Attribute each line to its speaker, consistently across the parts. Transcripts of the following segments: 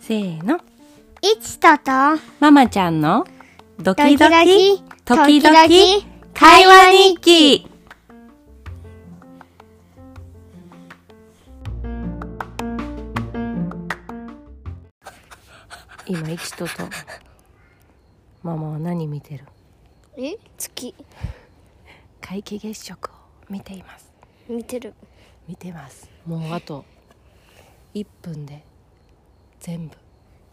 Speaker 1: せーの。
Speaker 2: いちとと、
Speaker 1: ママちゃんのドキド
Speaker 2: ド
Speaker 1: キ、時
Speaker 2: キドキ
Speaker 1: 々、会話日記。今、イチとと、ママは何見てる
Speaker 2: え月、
Speaker 1: 皆既月食を見ています。
Speaker 2: 見てる。
Speaker 1: 見てます。もうあと、1分で全部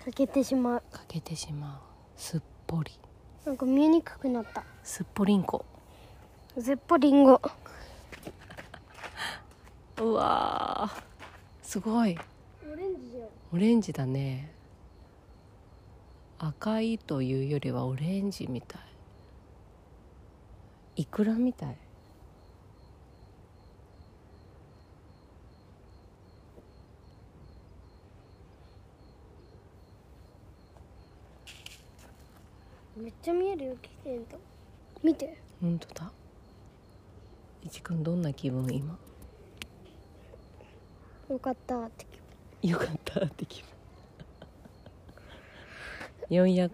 Speaker 2: かけてしまう。
Speaker 1: 欠けてしまう。すっぽり。
Speaker 2: なんか見えにくくなった。
Speaker 1: すっぽりんこ。
Speaker 2: ずっぽりんご。
Speaker 1: うわーすごい
Speaker 2: オレンジじゃん。
Speaker 1: オレンジだね赤いというよりはオレンジみたいイクラみたい
Speaker 2: めっちゃ見えるよ、きてんと。見て。
Speaker 1: 本当だいちくんどんな気分今
Speaker 2: よかったって気
Speaker 1: よかったって気分400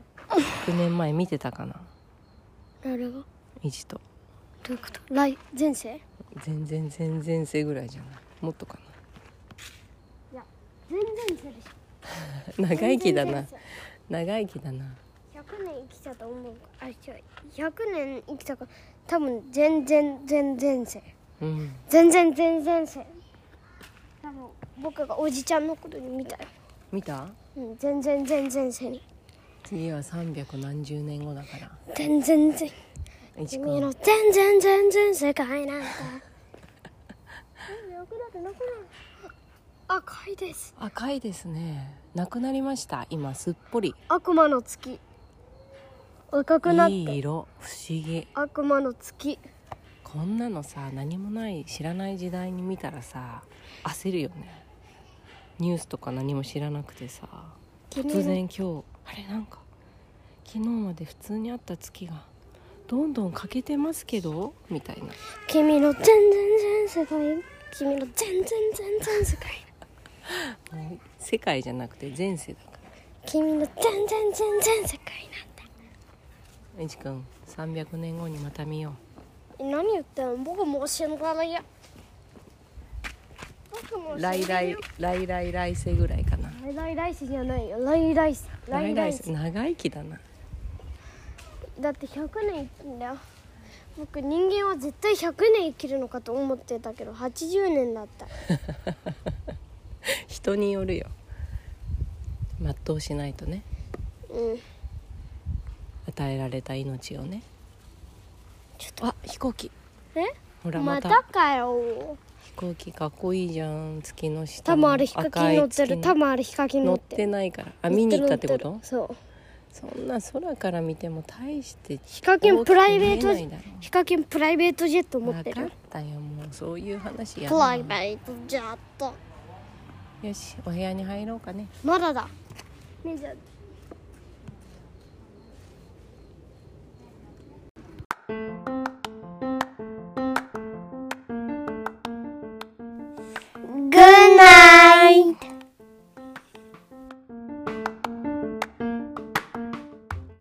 Speaker 1: 年前見てたかな
Speaker 2: 分。なるほど。
Speaker 1: いちと
Speaker 2: どういうこと来、前世
Speaker 1: 全然全然世ぐらいじゃないもっとか
Speaker 2: 全然世でし
Speaker 1: な長生きだな長生きだな
Speaker 2: 100年生きたと思うあ違う100年生きたから多分全然全然世
Speaker 1: うん
Speaker 2: 全然全然世多分僕がおじちゃんのことに見たよ、
Speaker 1: 見た
Speaker 2: うん、全然全然世に
Speaker 1: 次は300何十年後だから
Speaker 2: 全然全
Speaker 1: いちく
Speaker 2: 君
Speaker 1: ん
Speaker 2: の全然全然世界なんかなくなるなくなる赤いです
Speaker 1: 赤いですねなくなりました今すっぽり
Speaker 2: 悪魔の月赤くなっ
Speaker 1: いい
Speaker 2: て
Speaker 1: 色不思議
Speaker 2: 悪魔の月
Speaker 1: こんなのさ何もない知らない時代に見たらさ焦るよねニュースとか何も知らなくてさ
Speaker 2: 昨
Speaker 1: 突然今日あれなんか昨日まで普通にあった月がどんどん欠けてますけどみたいな
Speaker 2: 君の全然全世界君の全然全然世界
Speaker 1: もう世界じゃなくて前世だか
Speaker 2: 君の全然全然世界
Speaker 1: らいちくん300年後にまた見よう
Speaker 2: なんだ何言ってんの僕もう死んだらや僕もう死んだら
Speaker 1: 来来来来来世ぐらいかな
Speaker 2: 来来来世じゃないよ来来世
Speaker 1: 来
Speaker 2: 来
Speaker 1: 来
Speaker 2: 来
Speaker 1: 世
Speaker 2: 世
Speaker 1: 長生きだな
Speaker 2: だって100年生きんだよ僕人間は絶対100年生きるのかと思ってたけど80年だった
Speaker 1: 人によるよ全うしないとね
Speaker 2: うん
Speaker 1: 与えられた命をね
Speaker 2: ちょっ
Speaker 1: あ飛行機
Speaker 2: え
Speaker 1: ほらま
Speaker 2: ま
Speaker 1: た
Speaker 2: たかよ
Speaker 1: 飛行機かっこいいじゃん月の下
Speaker 2: たまあるヒカキン乗っ
Speaker 1: 赤
Speaker 2: てる
Speaker 1: い月の
Speaker 2: たまあるヒカキン乗
Speaker 1: 乗
Speaker 2: っ
Speaker 1: っててないからあ見に行ったってこ
Speaker 2: 乗
Speaker 1: と
Speaker 2: るそう
Speaker 1: そんな空から見ても大して
Speaker 2: ヒカキンプライベート
Speaker 1: 大きく見えないだろう
Speaker 2: ヒカキンプライベートジェット持って
Speaker 1: 分かっ
Speaker 2: る
Speaker 1: たよもうそういう話や
Speaker 2: プライベートジェット
Speaker 1: よしお部屋に入ろうかね
Speaker 2: まだだねえじゃあ